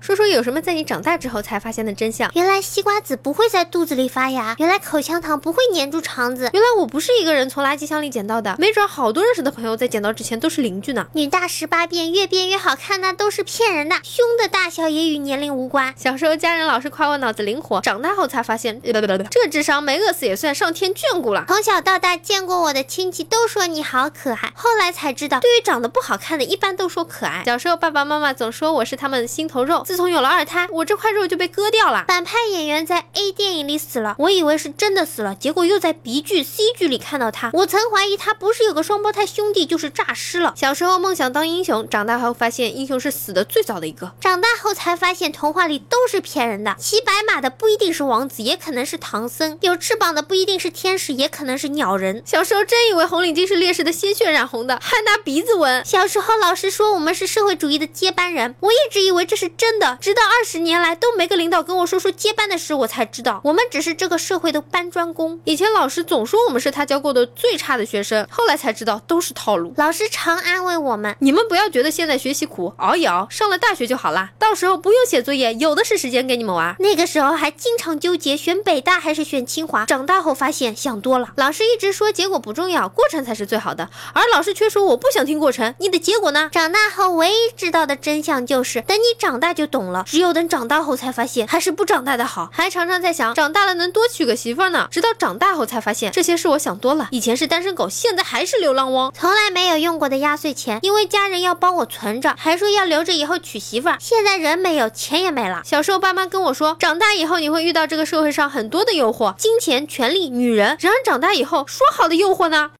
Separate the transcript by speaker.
Speaker 1: 说说有什么在你长大之后才发现的真相。
Speaker 2: 原来西瓜籽不会在肚子里发芽，原来口香糖不会粘住肠子。
Speaker 1: 原来我不是一个人从垃圾箱里捡到的，没准好多认识的朋友在捡到之前都是邻居呢。
Speaker 2: 女大十八变，越变越好看，那都是骗人的。胸的大小也与年龄无关。
Speaker 1: 小时候家人老是夸我脑子灵活，长大后才发现，呃、不不不这智商没饿死也算上天眷顾了。
Speaker 2: 从小到大见过我的亲戚都说你好可爱，后来才知道，对于长得不好看的，一般都说可
Speaker 1: 哎
Speaker 2: 爱。
Speaker 1: 小时候爸爸妈妈总说我是他们心头肉，自从有了二胎，我这块肉就被割掉了。
Speaker 2: 反派演员在 A 电影里死了，我以为是真的死了，结果又在 B 剧、C 剧里看到他，我曾怀疑他不是有个双胞胎兄弟，就是诈尸了。
Speaker 1: 小时候梦想当英雄，长大后发现英雄是死的最早的一个。
Speaker 2: 长大后才发现童话里都是骗人的，骑白马的不一定是王子，也可能是唐僧；有翅膀的不一定是天使，也可能是鸟人。
Speaker 1: 小时候真以为红领巾是烈士的鲜血染红的，还拿鼻子闻。
Speaker 2: 小时候老师说我们是社会主义的接班人，我一直以为这是真的，直到二十年来都没个领导跟我说说接班的事，我才知道我们只是这个社会的搬砖工。
Speaker 1: 以前老师总说我们是他教过的最差的学生，后来才知道都是套路。
Speaker 2: 老师常安慰我们，
Speaker 1: 你们不要觉得现在学习苦，熬一熬，上了大学就好啦，到时候不用写作业，有的是时间给你们玩。
Speaker 2: 那个时候还经常纠结选北大还是选清华，长大后发现想多了。
Speaker 1: 老师一直说结果不重要，过程才是最好的，而老师却说我不想听过程，你的结果呢？
Speaker 2: 长大后唯一知道的真相就是，等你长大就懂了，只有等长大后才发现还是不长大的好。
Speaker 1: 还常常在想，长大了能多娶个媳妇呢，直到长大后才发现这些是我想多了。以前是单身狗，现在还是流浪汪，
Speaker 2: 从来没有用过的压岁钱，因为家人要帮我存着，还说要留着以后娶媳妇儿。现在人没有，钱也没了。
Speaker 1: 小时候爸妈跟我说，长大以后你会遇到这个社会上很多的诱惑，金钱、权力、女人。然而长大以后，说好的诱惑呢？